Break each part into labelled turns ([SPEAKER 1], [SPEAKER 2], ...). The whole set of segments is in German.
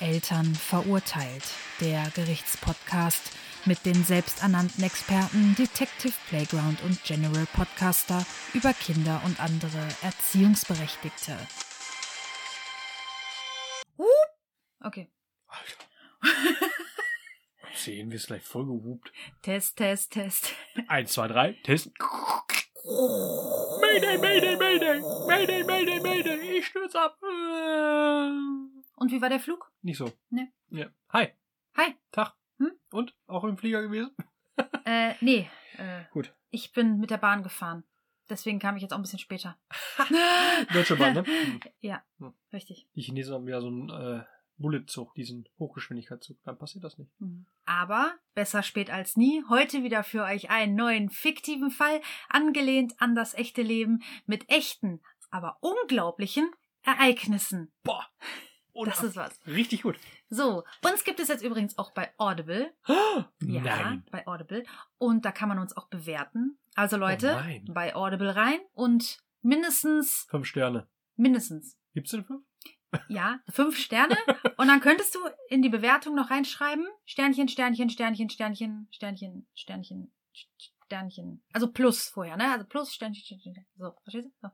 [SPEAKER 1] Eltern verurteilt. Der Gerichtspodcast mit den selbsternannten Experten Detective Playground und General Podcaster über Kinder und andere Erziehungsberechtigte. Uh, okay.
[SPEAKER 2] Alter. Sehen wir es gleich vollgehupt.
[SPEAKER 1] Test, Test, Test.
[SPEAKER 2] Eins, zwei, drei, testen. Mayday, Mayday, Mayday, Mayday, Mayday, Mayday, ich stürze ab. Äh,
[SPEAKER 1] Und wie war der Flug?
[SPEAKER 2] Nicht so.
[SPEAKER 1] Nee.
[SPEAKER 2] Ja. Hi,
[SPEAKER 1] Hi.
[SPEAKER 2] Tag.
[SPEAKER 1] Hm?
[SPEAKER 2] Und auch im Flieger gewesen?
[SPEAKER 1] Äh, nee. Äh,
[SPEAKER 2] Gut.
[SPEAKER 1] Ich bin mit der Bahn gefahren. Deswegen kam ich jetzt auch ein bisschen später.
[SPEAKER 2] Deutsche Bahn, ne? Hm.
[SPEAKER 1] Ja,
[SPEAKER 2] Hm.
[SPEAKER 1] richtig.
[SPEAKER 2] Die Chinesen haben ja so einen äh, Bulletzug, diesen Hochgeschwindigkeitszug. Dann passiert das nicht.
[SPEAKER 1] Aber besser spät als nie. Heute wieder für euch einen neuen fiktiven Fall, angelehnt an das echte Leben, mit echten, aber unglaublichen Ereignissen.
[SPEAKER 2] Boah. Und
[SPEAKER 1] Das ist was.
[SPEAKER 2] richtig gut.
[SPEAKER 1] So, uns gibt es jetzt übrigens auch bei Audible. Ja,
[SPEAKER 2] Nein.
[SPEAKER 1] bei Audible. Und da kann man uns auch bewerten. Also
[SPEAKER 2] Oh
[SPEAKER 1] Leute,
[SPEAKER 2] nein.
[SPEAKER 1] bei Audible rein und mindestens,
[SPEAKER 2] Fünf Sterne.
[SPEAKER 1] mindestens,
[SPEAKER 2] Gibt's denn fünf?
[SPEAKER 1] ja, fünf Sterne. Und dann könntest du in die Bewertung noch reinschreiben, Sternchen, Sternchen, Sternchen, Sternchen, Sternchen, Sternchen, Sternchen. Also plus vorher, ne? Also plus, Sternchen, Sternchen. Sternchen. So, verstehst du? So.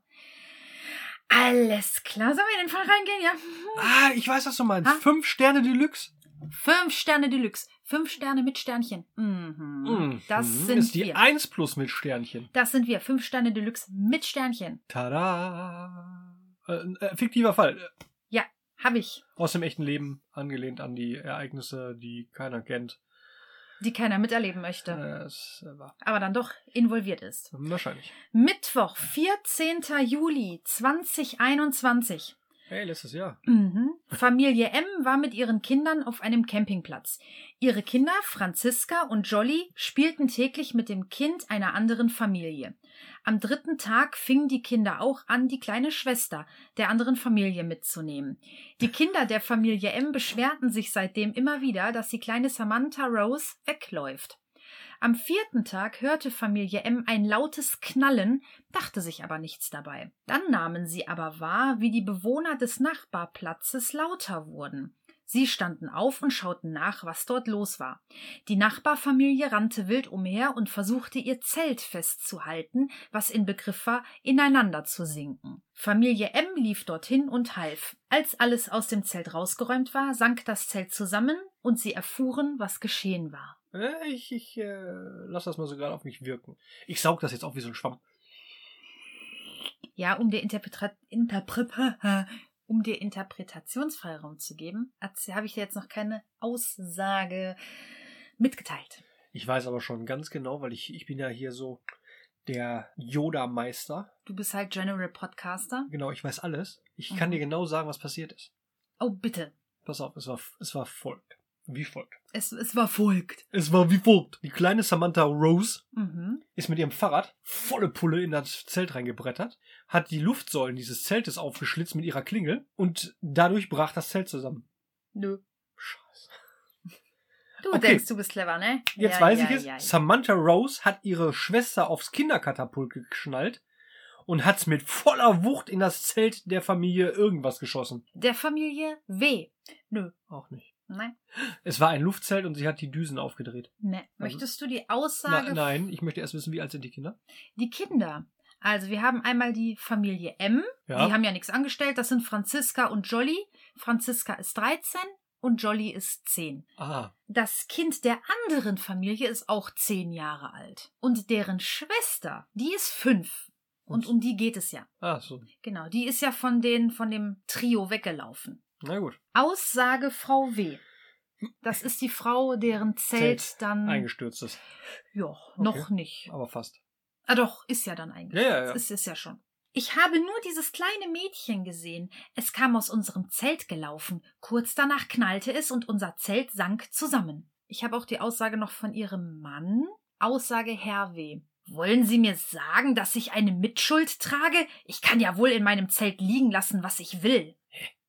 [SPEAKER 1] Alles klar, sollen wir in den Fall reingehen, ja?
[SPEAKER 2] Ah, ich weiß, was du meinst.
[SPEAKER 1] Hm. Ha?
[SPEAKER 2] Fünf Sterne Deluxe.
[SPEAKER 1] Fünf Sterne Deluxe. Fünf Sterne mit Sternchen. Mhm. Das
[SPEAKER 2] Mhm.
[SPEAKER 1] sind
[SPEAKER 2] ist die
[SPEAKER 1] wir.
[SPEAKER 2] 1 plus mit Sternchen.
[SPEAKER 1] Das sind wir. Fünf Sterne Deluxe mit Sternchen.
[SPEAKER 2] Tada! Äh, äh, fiktiver Fall. Äh,
[SPEAKER 1] Hab ich.
[SPEAKER 2] Aus dem echten Leben, angelehnt an die Ereignisse, die keiner kennt.
[SPEAKER 1] Die keiner miterleben möchte,
[SPEAKER 2] Äh, es war
[SPEAKER 1] aber dann doch involviert ist.
[SPEAKER 2] wahrscheinlich.
[SPEAKER 1] Mittwoch, 14. Juli 2021.
[SPEAKER 2] Hey, letztes Jahr.
[SPEAKER 1] Mhm. Familie M war mit ihren Kindern auf einem Campingplatz. Ihre Kinder, Franziska und Jolly, spielten täglich mit dem Kind einer anderen Familie. Am dritten Tag fingen die Kinder auch an, die kleine Schwester der anderen Familie mitzunehmen. Die Kinder der Familie M beschwerten sich seitdem immer wieder, dass die kleine Samantha Rose wegläuft. Am vierten Tag hörte Familie M ein lautes Knallen, dachte sich aber nichts dabei. Dann nahmen sie aber wahr, wie die Bewohner des Nachbarplatzes lauter wurden. Sie standen auf und schauten nach, was dort los war. Die Nachbarfamilie rannte wild umher und versuchte ihr Zelt festzuhalten, was in Begriff war, ineinander zu sinken. Familie M lief dorthin und half. Als alles aus dem Zelt rausgeräumt war, sank das Zelt zusammen und sie erfuhren, was geschehen war.
[SPEAKER 2] Äh, ich ich äh, lass das mal so gerade auf mich wirken. Ich saug das jetzt auch wie so ein Schwamm.
[SPEAKER 1] Ja, um dir Interpretrat Interpre um dir Interpretationsfreiraum zu geben, hat's- habe ich dir jetzt noch keine Aussage mitgeteilt.
[SPEAKER 2] Ich weiß aber schon ganz genau, weil ich, ich bin ja hier so der Yoda-Meister.
[SPEAKER 1] Du bist halt General Podcaster.
[SPEAKER 2] Genau, ich weiß alles. Ich kann
[SPEAKER 1] Mhm.
[SPEAKER 2] dir genau sagen, was passiert ist.
[SPEAKER 1] Oh, bitte.
[SPEAKER 2] Pass auf, es war, es war folgt. Wie folgt.
[SPEAKER 1] Es, es war folgt.
[SPEAKER 2] Es war wie folgt. Die kleine Samantha Rose
[SPEAKER 1] Mhm.
[SPEAKER 2] ist mit ihrem Fahrrad volle Pulle in das Zelt reingebrettert, hat die Luftsäulen dieses Zeltes aufgeschlitzt mit ihrer Klingel und dadurch brach das Zelt zusammen.
[SPEAKER 1] Nö.
[SPEAKER 2] Scheiße.
[SPEAKER 1] Du
[SPEAKER 2] Okay.
[SPEAKER 1] denkst, du bist clever, ne?
[SPEAKER 2] Jetzt
[SPEAKER 1] Ja,
[SPEAKER 2] weiß
[SPEAKER 1] ja,
[SPEAKER 2] ich es.
[SPEAKER 1] ja, ja.
[SPEAKER 2] Samantha Rose hat ihre Schwester aufs Kinderkatapult geschnallt und hat's mit voller Wucht in das Zelt der Familie irgendwas geschossen.
[SPEAKER 1] Der Familie W.
[SPEAKER 2] Auch nicht.
[SPEAKER 1] Nein.
[SPEAKER 2] Es war ein Luftzelt und sie hat die Düsen aufgedreht.
[SPEAKER 1] Ne. Möchtest du die Aussage
[SPEAKER 2] Also Na, nein, ich möchte erst wissen, wie alt sind die Kinder?
[SPEAKER 1] Die Kinder. Also wir haben einmal die Familie M.
[SPEAKER 2] Ja.
[SPEAKER 1] Die haben ja nichts angestellt. Das sind Franziska und Jolly. Franziska ist 13 und Jolly ist 10.
[SPEAKER 2] ah,
[SPEAKER 1] Das Kind der anderen Familie ist auch 10 Jahre alt. Und deren Schwester, die ist 5. Und
[SPEAKER 2] Und-
[SPEAKER 1] um die geht es ja.
[SPEAKER 2] ah, so.
[SPEAKER 1] Genau, die ist ja von, den, von dem Trio weggelaufen.
[SPEAKER 2] Na gut.
[SPEAKER 1] Aussage Frau W. Das ist die Frau, deren Zelt,
[SPEAKER 2] Zelt
[SPEAKER 1] dann
[SPEAKER 2] Eingestürzt ist.
[SPEAKER 1] ja, noch nicht.
[SPEAKER 2] Aber fast.
[SPEAKER 1] Ah doch, ist ja dann eigentlich.
[SPEAKER 2] Ja, ja, ja.
[SPEAKER 1] Ist es ja schon. Ich habe nur dieses kleine Mädchen gesehen. Es kam aus unserem Zelt gelaufen. Kurz danach knallte es und unser Zelt sank zusammen. Ich habe auch die Aussage noch von ihrem Mann. Aussage Herr W. Wollen Sie mir sagen, dass ich eine Mitschuld trage? Ich kann ja wohl in meinem Zelt liegen lassen, was ich will.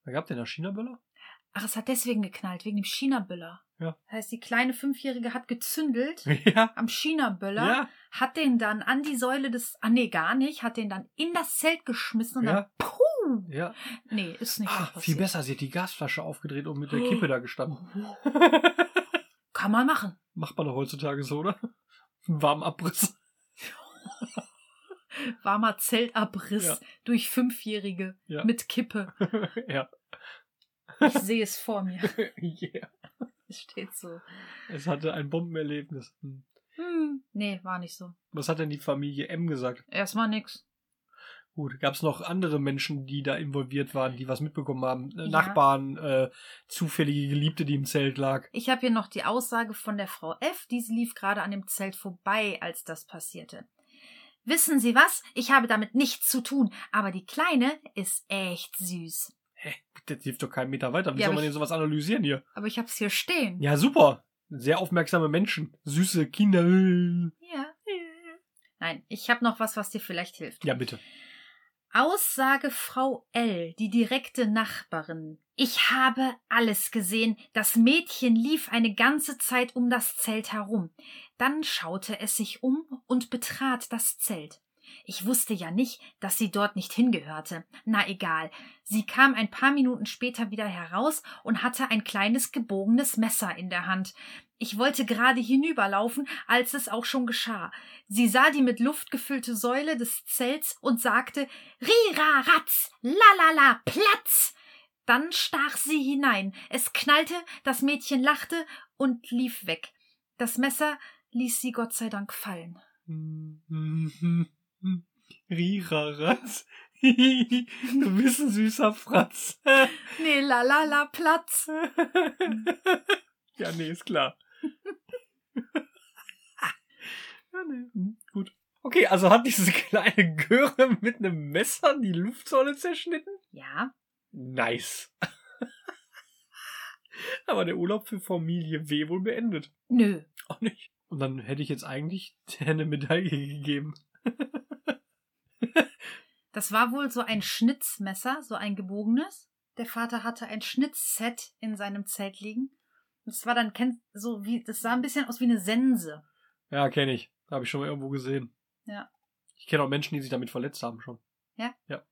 [SPEAKER 2] Wer gab denn da China-Böller?
[SPEAKER 1] Ach, es hat deswegen geknallt, wegen dem China-Böller.
[SPEAKER 2] Ja.
[SPEAKER 1] Das heißt, die kleine Fünfjährige hat gezündelt
[SPEAKER 2] Ja.
[SPEAKER 1] am China-Böller
[SPEAKER 2] Ja.
[SPEAKER 1] hat den dann an die Säule des, ah nee, gar nicht, hat den dann in das Zelt geschmissen und
[SPEAKER 2] Ja.
[SPEAKER 1] dann puh,
[SPEAKER 2] Ja.
[SPEAKER 1] Nee, ist nicht so
[SPEAKER 2] Ah,
[SPEAKER 1] passiert. Oh.
[SPEAKER 2] viel besser. Sie hat die Gasflasche aufgedreht und mit der Kippe da gestanden.
[SPEAKER 1] Kann man machen.
[SPEAKER 2] Macht man doch heutzutage so, oder? Einen warmen Abriss.
[SPEAKER 1] Warmer Zeltabriss
[SPEAKER 2] Ja.
[SPEAKER 1] durch Fünfjährige
[SPEAKER 2] Ja.
[SPEAKER 1] mit Kippe.
[SPEAKER 2] ja.
[SPEAKER 1] Ich sehe es vor mir.
[SPEAKER 2] yeah.
[SPEAKER 1] Es steht so.
[SPEAKER 2] Es hatte ein Bombenerlebnis. Hm.
[SPEAKER 1] Hm, nee, war nicht so.
[SPEAKER 2] Was hat denn die Familie M gesagt?
[SPEAKER 1] Erstmal nix.
[SPEAKER 2] Gut, gab es noch andere Menschen, die da involviert waren, die was mitbekommen haben? Äh,
[SPEAKER 1] Ja.
[SPEAKER 2] Nachbarn, äh, zufällige Geliebte, die im Zelt lag.
[SPEAKER 1] Ich habe hier noch die Aussage von der Frau F. Diese lief gerade an dem Zelt vorbei, als das passierte. Wissen Sie was? Ich habe damit nichts zu tun, aber die Kleine ist echt süß.
[SPEAKER 2] Das hilft doch keinen Meter weiter. Wie
[SPEAKER 1] Ja,
[SPEAKER 2] soll
[SPEAKER 1] aber
[SPEAKER 2] man denn
[SPEAKER 1] ich-
[SPEAKER 2] sowas analysieren hier?
[SPEAKER 1] Aber ich hab's hier stehen.
[SPEAKER 2] Ja, super. Sehr aufmerksame Menschen. Süße Kinder.
[SPEAKER 1] Ja. Nein, ich habe noch was, was dir vielleicht hilft.
[SPEAKER 2] Ja, bitte.
[SPEAKER 1] Aussage Frau L., die direkte Nachbarin. Ich habe alles gesehen. Das Mädchen lief eine ganze Zeit um das Zelt herum. Dann schaute es sich um und betrat das Zelt. Ich wusste ja nicht, dass sie dort nicht hingehörte. Na egal. Sie kam ein paar Minuten später wieder heraus und hatte ein kleines gebogenes Messer in der Hand. Ich wollte gerade hinüberlaufen, als es auch schon geschah. Sie sah die mit Luft gefüllte Säule des Zelts und sagte, Rira, Ratz, lalala, Platz! Dann stach sie hinein. Es knallte, das Mädchen lachte und lief weg. Das Messer ließ sie Gott sei Dank fallen.
[SPEAKER 2] Riraratz. du bist ein süßer Fratz.
[SPEAKER 1] Nee, lalala, Platz!
[SPEAKER 2] ja, nee, ist klar. ja, nee. hm, Gut. Okay, also hat diese kleine Göre mit einem Messer die Luftsäule zerschnitten?
[SPEAKER 1] Ja,
[SPEAKER 2] Nice. Aber der Urlaub für Familie W wohl beendet.
[SPEAKER 1] nö.
[SPEAKER 2] Auch nicht. Und dann hätte ich jetzt eigentlich der eine Medaille gegeben.
[SPEAKER 1] Das war wohl so ein Schnitzmesser, so ein gebogenes. Der Vater hatte ein Schnitzset in seinem Zelt liegen. Und es war dann kenn- so wie, das sah ein bisschen aus wie eine Sense.
[SPEAKER 2] Ja, kenne ich. Habe ich schon mal irgendwo gesehen.
[SPEAKER 1] Ja.
[SPEAKER 2] Ich kenne auch Menschen, die sich damit verletzt haben schon.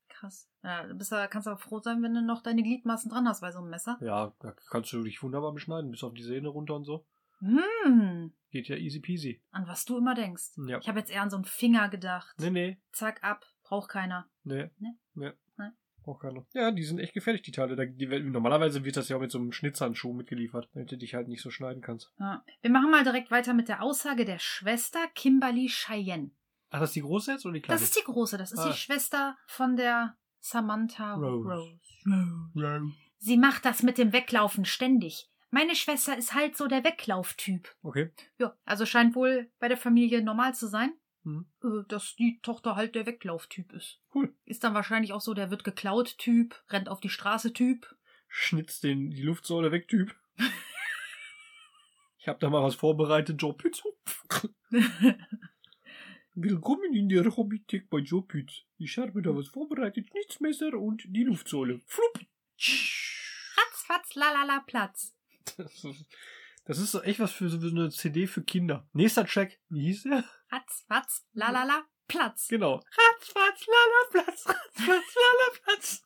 [SPEAKER 1] Krass. Ja, du bist aber, kannst aber froh sein, wenn du noch deine Gliedmaßen dran hast bei so einem Messer.
[SPEAKER 2] Ja, da kannst du dich wunderbar beschneiden, bis auf die Sehne runter und so.
[SPEAKER 1] Hm.
[SPEAKER 2] Geht ja easy peasy.
[SPEAKER 1] An was du immer denkst.
[SPEAKER 2] Ja.
[SPEAKER 1] Ich habe jetzt eher an so einen Finger gedacht.
[SPEAKER 2] Nee, nee,
[SPEAKER 1] Zack, ab. Braucht keiner.
[SPEAKER 2] nee.
[SPEAKER 1] Nee?
[SPEAKER 2] Nee.
[SPEAKER 1] Nee.
[SPEAKER 2] Auch keine. Ja, die sind echt gefährlich, die Teile. Da- Die, normalerweise wird das ja auch mit so einem Schnitzhandschuh mitgeliefert, damit du dich halt nicht so schneiden kannst.
[SPEAKER 1] Ja. Wir machen mal direkt weiter mit der Aussage der Schwester Kimberly Cheyenne.
[SPEAKER 2] Ach, das ist die große jetzt oder die kleine?
[SPEAKER 1] Das ist die große. Das ist
[SPEAKER 2] Ah.
[SPEAKER 1] die Schwester von der Samantha
[SPEAKER 2] Rose.
[SPEAKER 1] Rose. Sie macht das mit dem Weglaufen ständig. Meine Schwester ist halt so der Weglauftyp.
[SPEAKER 2] Okay.
[SPEAKER 1] Ja, also scheint wohl bei der Familie normal zu sein,
[SPEAKER 2] Mhm.
[SPEAKER 1] äh, dass die Tochter halt der Weglauftyp ist.
[SPEAKER 2] Cool.
[SPEAKER 1] Ist dann wahrscheinlich auch so der wird geklaut Typ, rennt auf die Straße Typ.
[SPEAKER 2] Schnitzt den, die Luftsäule weg, Typ. ich hab da mal was vorbereitet, Joe Pitz. Willkommen in der Hobbytech bei Joe Pitz. Ich habe da was vorbereitet, Schnitzmesser und die Luftsäule. Flupp.
[SPEAKER 1] Ratzfatz, lalala, Platz.
[SPEAKER 2] Das ist- Das ist so echt was für so für so eine CD für Kinder. Nächster Track, wie hieß der?
[SPEAKER 1] Ratzfatz, lalala, Platz.
[SPEAKER 2] Genau. Ratzfatz, Lalaplatz, Ratzfatz, Lalaplatz.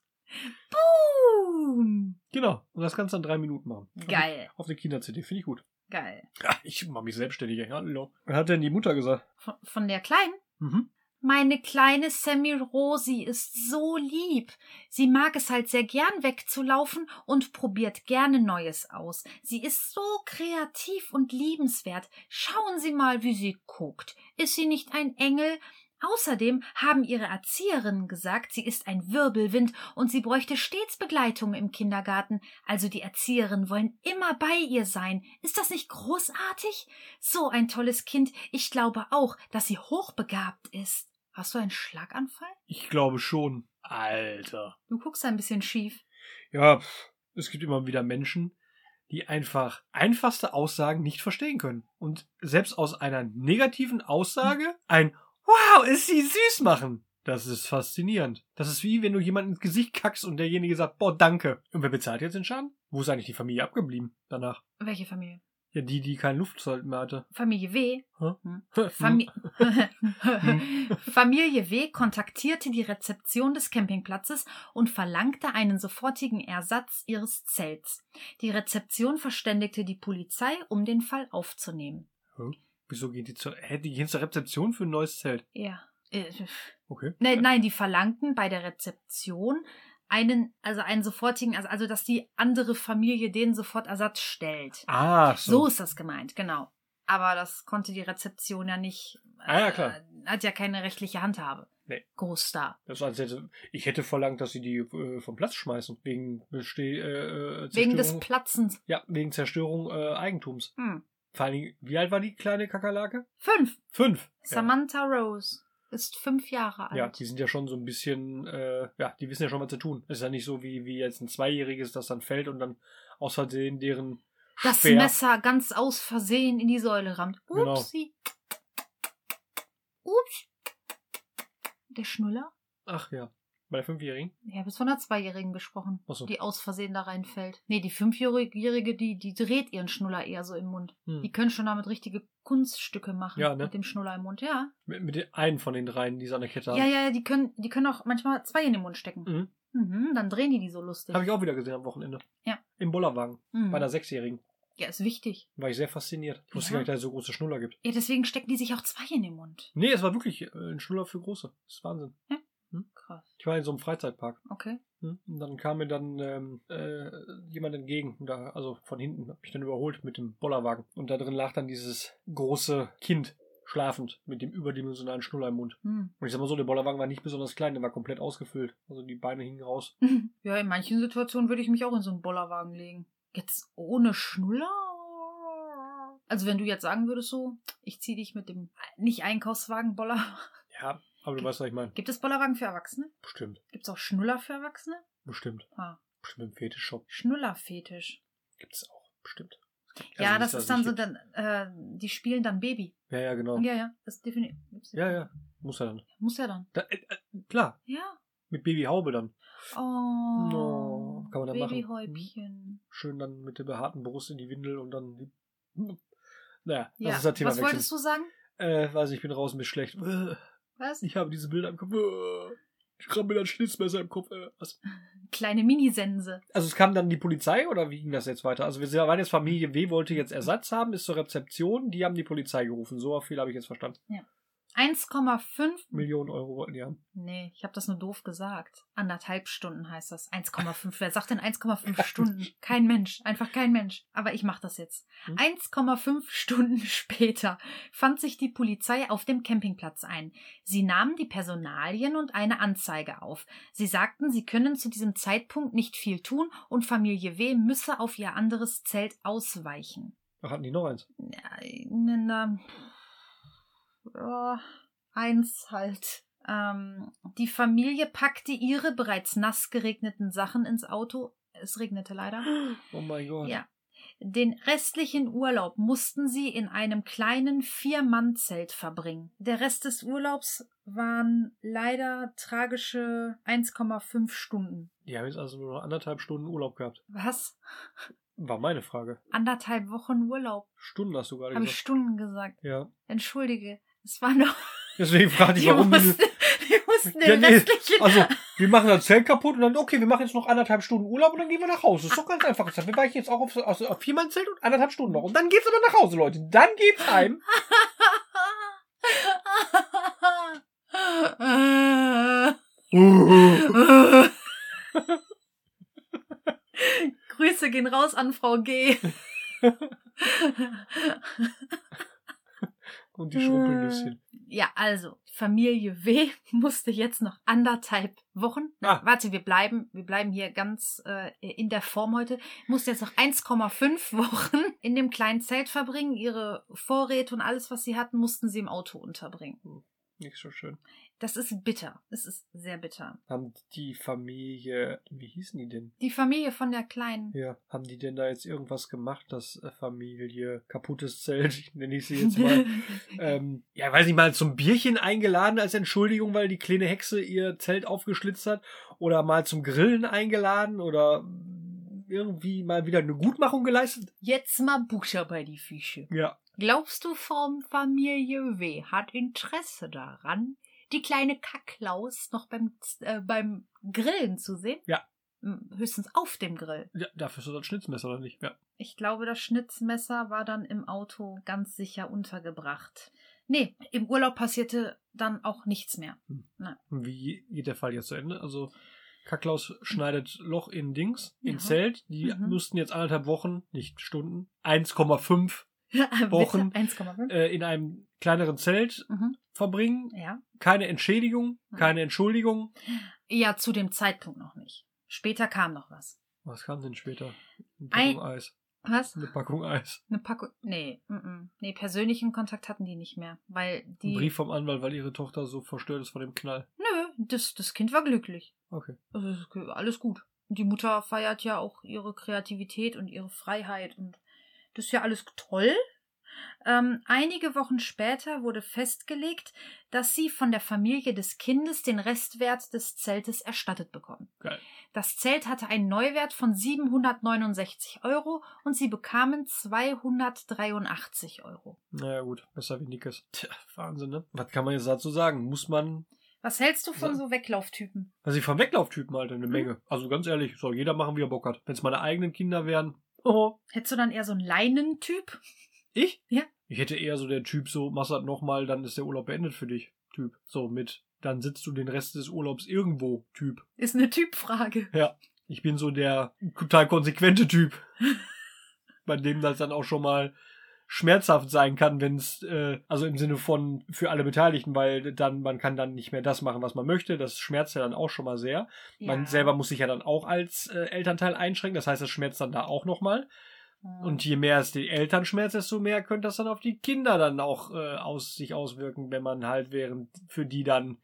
[SPEAKER 1] Boom.
[SPEAKER 2] Genau. Und das kannst du dann drei Minuten machen. Also
[SPEAKER 1] Geil,
[SPEAKER 2] Auf der Kinder-CD, finde ich gut.
[SPEAKER 1] geil.
[SPEAKER 2] Ja, Ah, ich mach mich selbstständig. ey. Hallo. Was hat denn die Mutter gesagt?
[SPEAKER 1] Von, von der Kleinen?
[SPEAKER 2] Mhm.
[SPEAKER 1] Meine kleine Sammy Rosi ist so lieb. Sie mag es halt sehr gern wegzulaufen und probiert gerne Neues aus. Sie ist so kreativ und liebenswert. Schauen Sie mal, wie sie guckt. Ist sie nicht ein Engel? Außerdem haben ihre Erzieherinnen gesagt, sie ist ein Wirbelwind und sie bräuchte stets Begleitung im Kindergarten. Also die Erzieherinnen wollen immer bei ihr sein. Ist das nicht großartig? So ein tolles Kind. Ich glaube auch, dass sie hochbegabt ist. Hast du einen Schlaganfall?
[SPEAKER 2] Ich glaube schon. Alter.
[SPEAKER 1] Du guckst ein bisschen schief.
[SPEAKER 2] Ja, pff, es gibt immer wieder Menschen, die einfach einfachste Aussagen nicht verstehen können. Und selbst aus einer negativen Aussage ein Wow, ist sie süß machen. Das ist faszinierend. Das ist wie wenn du jemanden ins Gesicht kackst und derjenige sagt, boah, danke. Und wer bezahlt jetzt den Schaden? Wo ist eigentlich die Familie abgeblieben danach?
[SPEAKER 1] Welche Familie?
[SPEAKER 2] Ja, die, die kein Luftzeug mehr hatte.
[SPEAKER 1] Familie W.
[SPEAKER 2] Hä?
[SPEAKER 1] Hm. Fami Familie W. kontaktierte die Rezeption des Campingplatzes und verlangte einen sofortigen Ersatz ihres Zelts. Die Rezeption verständigte die Polizei, um den Fall aufzunehmen.
[SPEAKER 2] Wieso gehen die zur, hä, die gehen zur Rezeption für ein neues Zelt?
[SPEAKER 1] Ja. Äh,
[SPEAKER 2] Okay.
[SPEAKER 1] nein, nein, die verlangten bei der Rezeption einen, also einen sofortigen, also, also dass die andere Familie den sofort Ersatz stellt.
[SPEAKER 2] Ah,
[SPEAKER 1] So
[SPEAKER 2] so.
[SPEAKER 1] ist das gemeint, genau. Aber das konnte die Rezeption ja nicht.
[SPEAKER 2] Ah, ja, klar.
[SPEAKER 1] äh, Hat ja keine rechtliche Handhabe.
[SPEAKER 2] Nee.
[SPEAKER 1] Großstar.
[SPEAKER 2] Das war, als hätte, ich hätte verlangt, dass sie die äh, vom Platz schmeißen. Wegen Beste äh, äh,
[SPEAKER 1] Wegen des
[SPEAKER 2] Zerstörung-
[SPEAKER 1] Platzens.
[SPEAKER 2] Ja, wegen Zerstörung äh, Eigentums.
[SPEAKER 1] Hm.
[SPEAKER 2] Vor allen Dingen, wie alt war die kleine Kakerlake?
[SPEAKER 1] Fünf.
[SPEAKER 2] Fünf.
[SPEAKER 1] Samantha Rose ist fünf Jahre
[SPEAKER 2] ja. ja,
[SPEAKER 1] alt.
[SPEAKER 2] die sind ja schon so ein bisschen, äh, ja, die wissen ja schon, was zu tun. Es ist ja nicht so wie, wie jetzt ein Zweijähriges, das dann fällt und dann aus Versehen deren
[SPEAKER 1] das
[SPEAKER 2] Speer-
[SPEAKER 1] Messer ganz aus Versehen in die Säule rammt.
[SPEAKER 2] Genau.
[SPEAKER 1] Upsi. Ups. Der Schnuller?
[SPEAKER 2] Ach ja, bei der Fünfjährigen?
[SPEAKER 1] Ich habe jetzt von der Zweijährigen gesprochen,
[SPEAKER 2] Achso.
[SPEAKER 1] die aus Versehen da reinfällt. Nee, die Fünfjährige, die, die dreht ihren Schnuller eher so im Mund. Die
[SPEAKER 2] Hm.
[SPEAKER 1] können schon damit richtige Kunststücke machen.
[SPEAKER 2] Ja, ne?
[SPEAKER 1] Mit dem Schnuller im Mund, ja.
[SPEAKER 2] Mit, mit den einen von den dreien, die sie an der Kette
[SPEAKER 1] Ja, ja, ja, die können, die können auch manchmal zwei in den Mund stecken.
[SPEAKER 2] Mhm.
[SPEAKER 1] Mhm, dann drehen die die so lustig.
[SPEAKER 2] Habe ich auch wieder gesehen am Wochenende.
[SPEAKER 1] Ja.
[SPEAKER 2] Im Bollerwagen,
[SPEAKER 1] mhm.
[SPEAKER 2] bei einer Sechsjährigen.
[SPEAKER 1] Ja, ist wichtig.
[SPEAKER 2] War ich sehr fasziniert. Ich wusste
[SPEAKER 1] Ja.
[SPEAKER 2] gar nicht, dass es so große Schnuller gibt.
[SPEAKER 1] Ja, deswegen stecken die sich auch zwei in den Mund.
[SPEAKER 2] Nee, es war wirklich äh, ein Schnuller für große. Das ist Wahnsinn.
[SPEAKER 1] Krass.
[SPEAKER 2] Ich war in so einem Freizeitpark.
[SPEAKER 1] Okay.
[SPEAKER 2] Hm? Und dann kam mir dann ähm, äh, jemand entgegen. Und Da, also von hinten hab ich dann überholt mit dem Bollerwagen. Und da drin lag dann dieses große Kind schlafend mit dem überdimensionalen Schnuller im Mund.
[SPEAKER 1] Hm.
[SPEAKER 2] Und ich sag mal so, der Bollerwagen war nicht besonders klein, der war komplett ausgefüllt. Also die Beine hingen raus.
[SPEAKER 1] Ja, in manchen Situationen würde ich mich auch in so einen Bollerwagen legen. Jetzt ohne Schnuller? Also wenn du jetzt sagen würdest so, ich ziehe dich mit dem nicht Einkaufswagen Boller.
[SPEAKER 2] Ja, aber du weißt, was ich meine.
[SPEAKER 1] Gibt es Bollerwagen für Erwachsene?
[SPEAKER 2] Bestimmt,
[SPEAKER 1] Gibt es auch Schnuller für Erwachsene?
[SPEAKER 2] bestimmt.
[SPEAKER 1] Ah,
[SPEAKER 2] Bestimmt im Fetischshop
[SPEAKER 1] Schnullerfetisch.
[SPEAKER 2] gibt es auch. Bestimmt.
[SPEAKER 1] Ja, das
[SPEAKER 2] Also nicht,
[SPEAKER 1] ist
[SPEAKER 2] dass
[SPEAKER 1] dann
[SPEAKER 2] ich-
[SPEAKER 1] so, dann, äh, die spielen dann Baby.
[SPEAKER 2] Ja, ja, genau.
[SPEAKER 1] Ja, ja, das definitiv.
[SPEAKER 2] Ja, ja. Muss er dann.
[SPEAKER 1] Muss ja dann.
[SPEAKER 2] Da, äh, äh, klar,
[SPEAKER 1] Ja.
[SPEAKER 2] mit Babyhaube dann.
[SPEAKER 1] Oh.
[SPEAKER 2] No, kann man da machen. Hm?
[SPEAKER 1] Babyhäubchen.
[SPEAKER 2] schön dann mit der behaarten Brust in die Windel und dann die. hm. Naja,
[SPEAKER 1] Ja.
[SPEAKER 2] das ist das Thema
[SPEAKER 1] Was wolltest
[SPEAKER 2] wechseln.
[SPEAKER 1] du sagen?
[SPEAKER 2] Äh, weiß ich, ich bin raus und bin schlecht. Äh,
[SPEAKER 1] Was?
[SPEAKER 2] Ich habe diese Bilder im Kopf. Äh, Ich kramme mir ein Schnitzmesser im Kopf. Äh, was?
[SPEAKER 1] Kleine Minisense.
[SPEAKER 2] Also es kam dann die Polizei oder wie ging das jetzt weiter? Also wir sind- waren jetzt Familie W wollte jetzt Ersatz haben, ist zur Rezeption, die haben die Polizei gerufen. So viel habe ich jetzt verstanden.
[SPEAKER 1] 1,5.
[SPEAKER 2] Millionen Euro wollten die haben.
[SPEAKER 1] Nee, ich habe das nur doof gesagt. Anderthalb Stunden heißt das. 1,5. Wer sagt denn 1,5 Stunden? Kein Mensch. Einfach kein Mensch. Aber ich mache das jetzt.
[SPEAKER 2] Hm?
[SPEAKER 1] 1,5 Stunden später fand sich die Polizei auf dem Campingplatz ein. Sie nahmen die Personalien und eine Anzeige auf. Sie sagten, sie können zu diesem Zeitpunkt nicht viel tun und Familie W. müsse auf ihr anderes Zelt ausweichen.
[SPEAKER 2] Ach, hatten die noch eins?
[SPEAKER 1] Nein, na, ja, eins halt. Ähm, die Familie packte ihre bereits nass geregneten Sachen ins Auto. Es regnete leider.
[SPEAKER 2] Oh mein Gott.
[SPEAKER 1] Ja. Den restlichen Urlaub mussten sie in einem kleinen Vier-Mann-Zelt verbringen. Der Rest des Urlaubs waren leider tragische 1,5 Stunden.
[SPEAKER 2] Die haben jetzt also nur noch anderthalb Stunden Urlaub gehabt.
[SPEAKER 1] Was?
[SPEAKER 2] War meine Frage.
[SPEAKER 1] Anderthalb Wochen Urlaub?
[SPEAKER 2] Stunden hast du gerade
[SPEAKER 1] Habe ich
[SPEAKER 2] gesagt.
[SPEAKER 1] Stunden gesagt.
[SPEAKER 2] Ja.
[SPEAKER 1] Entschuldige. Es waren doch.
[SPEAKER 2] Deswegen fragte ich,
[SPEAKER 1] Wir
[SPEAKER 2] warum du
[SPEAKER 1] mussten, wir mussten
[SPEAKER 2] Ja,
[SPEAKER 1] den
[SPEAKER 2] nee,
[SPEAKER 1] restlichen.
[SPEAKER 2] Also, wir machen das Zelt kaputt und dann, okay, wir machen jetzt noch anderthalb Stunden Urlaub und dann gehen wir nach Hause. Ist doch ganz einfach gesagt. Wir weichen jetzt auch auf, auf, auf viermann Zelt und anderthalb Stunden noch. Und dann geht's aber nach Hause, Leute. Dann geht's heim.
[SPEAKER 1] Grüße gehen raus an Frau G.
[SPEAKER 2] Und die schrumpeln ein bisschen.
[SPEAKER 1] Äh, Ja, also, Familie W musste jetzt noch anderthalb Wochen.
[SPEAKER 2] Ah.
[SPEAKER 1] Warte, wir bleiben, wir bleiben hier ganz äh, in der Form heute. Musste jetzt noch 1,5 Wochen in dem kleinen Zelt verbringen. Ihre Vorräte und alles, was sie hatten, mussten sie im Auto unterbringen.
[SPEAKER 2] Nicht so schön.
[SPEAKER 1] Das ist bitter. Es ist sehr bitter.
[SPEAKER 2] Haben die Familie, wie hießen die denn?
[SPEAKER 1] Die Familie von der Kleinen.
[SPEAKER 2] Ja, haben die denn da jetzt irgendwas gemacht, das äh, Familie kaputtes Zelt, nenne ich sie jetzt mal. ähm, ja, weiß nicht mal, zum Bierchen eingeladen als Entschuldigung, weil die kleine Hexe ihr Zelt aufgeschlitzt hat. Oder mal zum Grillen eingeladen oder mm, irgendwie mal wieder eine Gutmachung geleistet?
[SPEAKER 1] Jetzt mal Bucher bei die Fische.
[SPEAKER 2] Ja.
[SPEAKER 3] Glaubst du, Frau Familie W. hat Interesse daran, die kleine Kacklaus noch beim, Z- äh, beim Grillen zu sehen?
[SPEAKER 2] Ja.
[SPEAKER 3] Hm, Höchstens auf dem Grill.
[SPEAKER 2] ja dafür ist das ein Schnitzmesser, oder nicht? Ja.
[SPEAKER 1] Ich glaube, das Schnitzmesser war dann im Auto ganz sicher untergebracht. Nee, im Urlaub passierte dann auch nichts mehr.
[SPEAKER 2] Wie geht der Fall jetzt zu Ende? Also, Kacklaus schneidet Loch in Dings, in
[SPEAKER 1] Ja.
[SPEAKER 2] Zelt. Die
[SPEAKER 1] Mhm.
[SPEAKER 2] mussten jetzt anderthalb Wochen, nicht Stunden, 1,5 Wochen.
[SPEAKER 1] Bitte, 1,5.
[SPEAKER 2] äh, in einem kleineren Zelt
[SPEAKER 1] Mhm.
[SPEAKER 2] verbringen.
[SPEAKER 1] Ja.
[SPEAKER 2] Keine Entschädigung,
[SPEAKER 1] Mhm.
[SPEAKER 2] keine Entschuldigung.
[SPEAKER 1] ja, zu dem Zeitpunkt noch nicht. Später kam noch was.
[SPEAKER 2] Was kam denn später? Eine
[SPEAKER 1] Ein-
[SPEAKER 2] Packung Eis.
[SPEAKER 1] Was?
[SPEAKER 2] Eine Packung Eis.
[SPEAKER 1] Eine Packung. Nee, mm, mm. nee, persönlichen Kontakt hatten die nicht mehr. Weil die.
[SPEAKER 2] Ein Brief vom Anwalt, weil ihre Tochter so verstört ist von dem Knall.
[SPEAKER 1] Nö, das, das Kind war glücklich.
[SPEAKER 2] Okay.
[SPEAKER 1] Also, es ge- alles gut. Die Mutter feiert ja auch ihre Kreativität und ihre Freiheit und das ist ja alles toll. Ähm, einige Wochen später wurde festgelegt, dass sie von der Familie des Kindes den Restwert des Zeltes erstattet bekommen.
[SPEAKER 2] Geil.
[SPEAKER 1] Das Zelt hatte einen Neuwert von 769 Euro und sie bekamen 283 Euro.
[SPEAKER 2] Naja, gut. Besser wie Nickes. Tja, Wahnsinn, ne? Was kann man jetzt dazu sagen? Muss man.
[SPEAKER 1] Was hältst du von
[SPEAKER 2] Ja.
[SPEAKER 1] so Weglauftypen?
[SPEAKER 2] Also, ich vom Weglauftypen halt
[SPEAKER 1] Mhm.
[SPEAKER 2] eine Menge. Also, ganz ehrlich, soll jeder machen, wie er Bock hat. Wenn es meine eigenen Kinder wären. Oh.
[SPEAKER 1] Hättest du dann eher so einen Leinentyp?
[SPEAKER 2] Ich?
[SPEAKER 1] Ja.
[SPEAKER 2] Ich hätte eher so der Typ so, machst das nochmal, dann ist der Urlaub beendet für dich. Typ. So mit, dann sitzt du den Rest des Urlaubs irgendwo. Typ.
[SPEAKER 1] Ist eine Typfrage.
[SPEAKER 2] Ich bin so der total konsequente Typ. bei dem das dann auch schon mal schmerzhaft sein kann, wenn es, äh, also im Sinne von für alle Beteiligten, weil dann, man kann dann nicht mehr das machen, was man möchte. Das schmerzt ja dann auch schon mal sehr. Man selber muss sich ja dann auch als äh, Elternteil einschränken. Das heißt, das schmerzt dann da auch nochmal. Und je mehr es die Eltern schmerzt, desto mehr könnte das dann auf die Kinder dann auch äh, aus sich auswirken, wenn man halt während für die dann.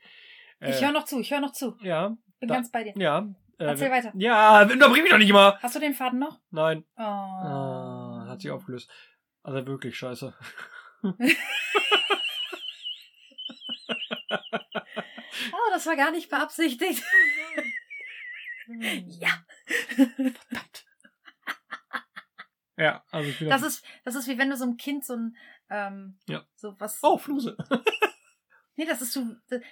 [SPEAKER 1] Ah.
[SPEAKER 2] Äh,
[SPEAKER 1] ich höre noch zu, ich höre noch zu.
[SPEAKER 2] ja,
[SPEAKER 1] Bin
[SPEAKER 2] Da-
[SPEAKER 1] ganz bei dir.
[SPEAKER 2] ja. Äh,
[SPEAKER 1] Erzähl weiter.
[SPEAKER 2] Ja, unterbrich mich doch nicht immer.
[SPEAKER 1] Hast du den Faden noch?
[SPEAKER 2] Nein,
[SPEAKER 1] Oh.
[SPEAKER 2] Ah, hat sich aufgelöst. Also wirklich scheiße.
[SPEAKER 1] Oh, das war gar nicht beabsichtigt. ja.
[SPEAKER 2] Ja, also ich bin
[SPEAKER 1] Das ist, das ist wie wenn du so einem Kind so ein, ähm,
[SPEAKER 2] Ja.
[SPEAKER 1] so was.
[SPEAKER 2] Oh, Fluse.
[SPEAKER 1] Nee, das ist so,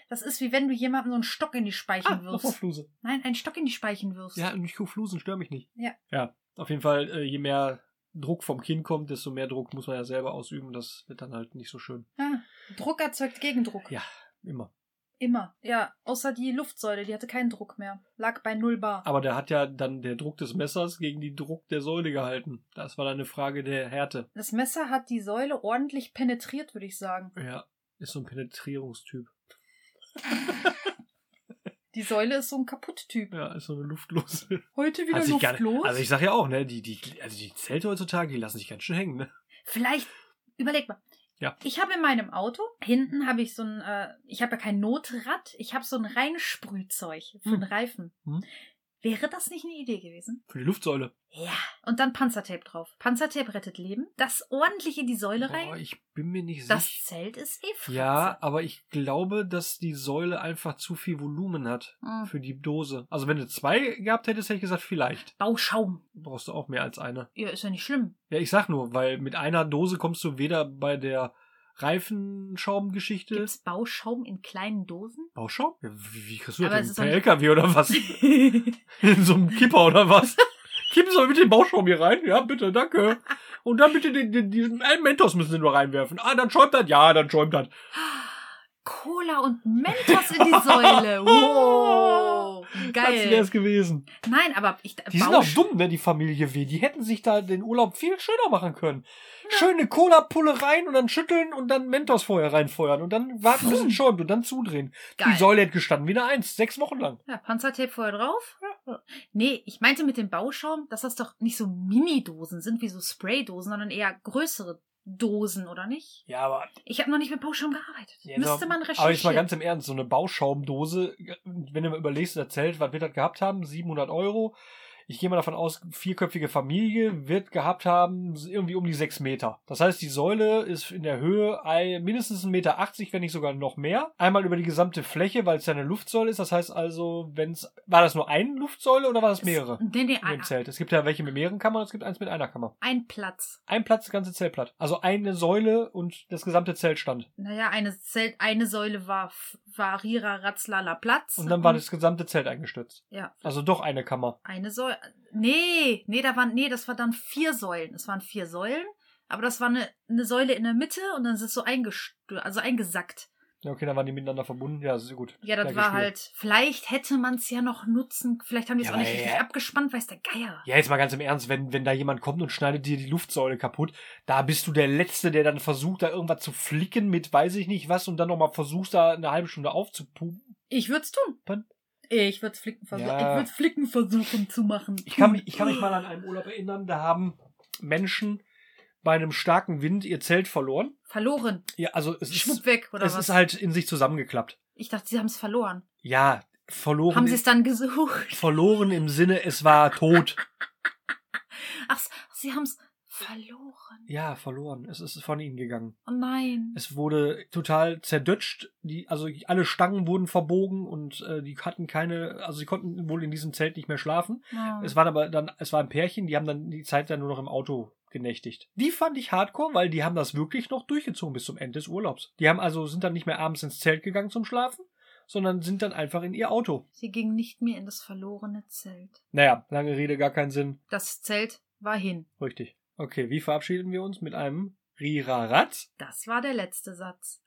[SPEAKER 1] das ist wie wenn du jemandem so einen Stock in die Speichen
[SPEAKER 2] Ah, nochmal
[SPEAKER 1] wirfst.
[SPEAKER 2] Fluse.
[SPEAKER 1] Nein, einen Stock in die Speichen wirfst.
[SPEAKER 2] Ja, und ich gucke Flusen, stör mich nicht.
[SPEAKER 1] Ja.
[SPEAKER 2] Ja, auf jeden Fall, äh, je mehr Druck vom Kind kommt, desto mehr Druck muss man ja selber ausüben. Das wird dann halt nicht so schön.
[SPEAKER 1] Ah, Druck erzeugt Gegendruck.
[SPEAKER 2] Ja. Immer.
[SPEAKER 1] Immer. Ja, außer die Luftsäule, die hatte keinen Druck mehr. Lag bei null Bar.
[SPEAKER 2] Aber da hat ja dann der Druck des Messers gegen den Druck der Säule gehalten. Das war dann eine Frage der Härte.
[SPEAKER 1] Das Messer hat die Säule ordentlich penetriert, würde ich sagen.
[SPEAKER 2] Ja, ist so ein Penetrierungstyp.
[SPEAKER 1] Die Säule ist so ein Kaputt-Typ.
[SPEAKER 2] Ja, ist so eine luftlose.
[SPEAKER 1] Heute wieder
[SPEAKER 2] ich gar,
[SPEAKER 1] luftlos.
[SPEAKER 2] also ich sag ja auch, ne, die, die, also die Zelte heutzutage, die lassen sich ganz schön hängen, ne?
[SPEAKER 1] Vielleicht, überleg mal.
[SPEAKER 2] Ja.
[SPEAKER 1] Ich habe in meinem Auto, hinten habe ich so ein, äh, ich habe ja kein Notrad, ich habe so ein Reinsprühzeug für den
[SPEAKER 2] Hm.
[SPEAKER 1] Reifen.
[SPEAKER 2] Hm.
[SPEAKER 1] Wäre das nicht eine Idee gewesen?
[SPEAKER 2] Für die Luftsäule.
[SPEAKER 1] Ja. Und dann Panzertape drauf. Panzertape rettet Leben. Das ordentlich in die Säule
[SPEAKER 2] Boah,
[SPEAKER 1] rein.
[SPEAKER 2] ich bin mir nicht
[SPEAKER 1] Das
[SPEAKER 2] sicher.
[SPEAKER 1] Zelt ist eh Fratze.
[SPEAKER 2] Ja, aber ich glaube, dass die Säule einfach zu viel Volumen hat
[SPEAKER 1] Hm.
[SPEAKER 2] für die Dose. Also wenn du zwei gehabt hättest, hätte ich gesagt, vielleicht.
[SPEAKER 1] Bauschaum.
[SPEAKER 2] Brauchst du auch mehr als eine.
[SPEAKER 1] Ja, ist ja nicht schlimm.
[SPEAKER 2] Ja, ich sag nur, weil mit einer Dose kommst du weder bei der Reifenschaubengeschichte.
[SPEAKER 1] Gibt's Bauschaum in kleinen Dosen?
[SPEAKER 2] Bauschaum? Ja, wie, wie kriegst du
[SPEAKER 1] Aber
[SPEAKER 2] das
[SPEAKER 1] es
[SPEAKER 2] denn?
[SPEAKER 1] ist
[SPEAKER 2] Per
[SPEAKER 1] doch nicht-
[SPEAKER 2] LKW oder was? In so einem Kipper oder was? Kippen Sie mal bitte den Bauschaum hier rein. Ja, bitte, danke. Und dann bitte den, den, diesen einen Mentos müssen Sie nur reinwerfen. Ah, dann schäumt das. Ja, dann schäumt das.
[SPEAKER 1] Cola und Mentos in die Säule. Wow.
[SPEAKER 2] Das
[SPEAKER 1] Geil.
[SPEAKER 2] wär's gewesen.
[SPEAKER 1] Nein, aber ich. äh,
[SPEAKER 2] Die sind auch dumm, ne, die Familie W. Die hätten sich da den Urlaub viel schöner machen können. Schöne Cola-Pulle rein und dann schütteln und dann Mentos vorher reinfeuern und dann warten, bis es schäumt und dann zudrehen.
[SPEAKER 1] Geil.
[SPEAKER 2] Die Säule hätte gestanden wie eine Eins, sechs Wochen lang.
[SPEAKER 1] Ja, Panzertape vorher drauf. Nee, ich meinte mit dem Bauschaum, dass das doch nicht so Mini-Dosen sind wie so Spraydosen, sondern eher größere Dosen, oder nicht?
[SPEAKER 2] Ja, aber
[SPEAKER 1] Ich habe noch nicht mit Bauschaum gearbeitet.
[SPEAKER 2] Ja,
[SPEAKER 1] Müsste
[SPEAKER 2] aber-
[SPEAKER 1] man
[SPEAKER 2] Aber jetzt mal
[SPEAKER 1] recherchieren.
[SPEAKER 2] ganz im Ernst, so eine Bauschaumdose, wenn du mal überlegst, das Zelt, was wir das gehabt haben, 700 Euro. ich gehe mal davon aus, vierköpfige Familie wird gehabt haben, irgendwie um die sechs Meter. Das heißt, die Säule ist in der Höhe ein- mindestens 1,80 Meter, wenn nicht sogar noch mehr. Einmal über die gesamte Fläche, weil es ja eine Luftsäule ist. Das heißt also, wenn's, war das nur eine Luftsäule oder war das mehrere?
[SPEAKER 1] Nee, nee,
[SPEAKER 2] in dem
[SPEAKER 1] ein,
[SPEAKER 2] Zelt. Es gibt ja welche mit mehreren Kammern, es gibt eins mit einer Kammer.
[SPEAKER 1] ein Platz.
[SPEAKER 2] Ein Platz, das ganze Zelt platt. Also eine Säule und das gesamte Zelt stand.
[SPEAKER 1] Naja, eine, Zelt, eine Säule war, F- war Rira Ratzlala Platz.
[SPEAKER 2] Und dann war das gesamte Zelt eingestürzt.
[SPEAKER 1] Ja.
[SPEAKER 2] Also doch eine Kammer.
[SPEAKER 1] Eine Säule. Nee, nee, da waren, nee, das war dann vier Säulen. Es waren vier Säulen, aber das war eine, eine Säule in der Mitte und dann ist es so eingestö also eingesackt.
[SPEAKER 2] Ja, okay, dann waren die miteinander verbunden. Ja, sehr gut.
[SPEAKER 1] Ja, das
[SPEAKER 2] Gleiches
[SPEAKER 1] war
[SPEAKER 2] Spiel.
[SPEAKER 1] halt. Vielleicht hätte man es ja noch nutzen. Vielleicht haben die es
[SPEAKER 2] Ja,
[SPEAKER 1] auch nicht
[SPEAKER 2] aber
[SPEAKER 1] richtig
[SPEAKER 2] ja.
[SPEAKER 1] abgespannt, weiß der Geier.
[SPEAKER 2] Ja, jetzt mal ganz im Ernst, wenn, wenn da jemand kommt und schneidet dir die Luftsäule kaputt, da bist du der Letzte, der dann versucht, da irgendwas zu flicken mit weiß ich nicht was und dann nochmal versuchst, da eine halbe Stunde aufzupumpen.
[SPEAKER 1] Ich würde es tun.
[SPEAKER 2] Pardon?
[SPEAKER 1] Ich würde es flicken versuchen.
[SPEAKER 2] Ja.
[SPEAKER 1] Ich würde flicken versuchen zu machen.
[SPEAKER 2] Ich kann, mich- ich kann mich mal an einen Urlaub erinnern, da haben Menschen bei einem starken Wind ihr Zelt verloren.
[SPEAKER 1] Verloren.
[SPEAKER 2] Ja, also es ist,
[SPEAKER 1] Schwupp weg, oder
[SPEAKER 2] es
[SPEAKER 1] was?
[SPEAKER 2] ist halt in sich zusammengeklappt.
[SPEAKER 1] ich dachte, sie haben es verloren.
[SPEAKER 2] Ja, verloren,
[SPEAKER 1] Haben
[SPEAKER 2] im-
[SPEAKER 1] sie es dann gesucht?
[SPEAKER 2] verloren im Sinne, es war tot.
[SPEAKER 1] Ach, sie haben es verloren.
[SPEAKER 2] Ja, verloren. Es ist von ihnen gegangen.
[SPEAKER 1] Oh nein.
[SPEAKER 2] Es wurde total zerdutscht. Die, also alle Stangen wurden verbogen und äh, die hatten keine, also sie konnten wohl in diesem Zelt nicht mehr schlafen.
[SPEAKER 1] Oh.
[SPEAKER 2] Es waren aber dann, es waren Pärchen, die haben dann die Zeit dann nur noch im Auto genächtigt. Die fand ich hardcore, weil die haben das wirklich noch durchgezogen bis zum Ende des Urlaubs. Die haben also, sind dann nicht mehr abends ins Zelt gegangen zum Schlafen, sondern sind dann einfach in ihr Auto.
[SPEAKER 1] Sie ging nicht mehr in das verlorene Zelt.
[SPEAKER 2] Naja, lange Rede, gar keinen Sinn.
[SPEAKER 1] Das Zelt war hin.
[SPEAKER 2] Richtig. Okay, wie verabschieden wir uns? Mit einem Riraratz?
[SPEAKER 1] Das war der letzte Satz.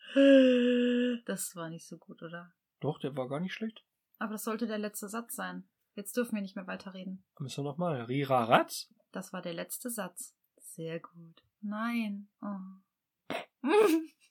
[SPEAKER 1] Das war nicht so gut, oder?
[SPEAKER 2] Doch, der war gar nicht schlecht.
[SPEAKER 1] Aber das sollte der letzte Satz sein. Jetzt dürfen wir nicht mehr weiterreden.
[SPEAKER 2] Müssen wir nochmal. Riraratz?
[SPEAKER 1] Das war der letzte Satz. Sehr gut. Nein. Oh.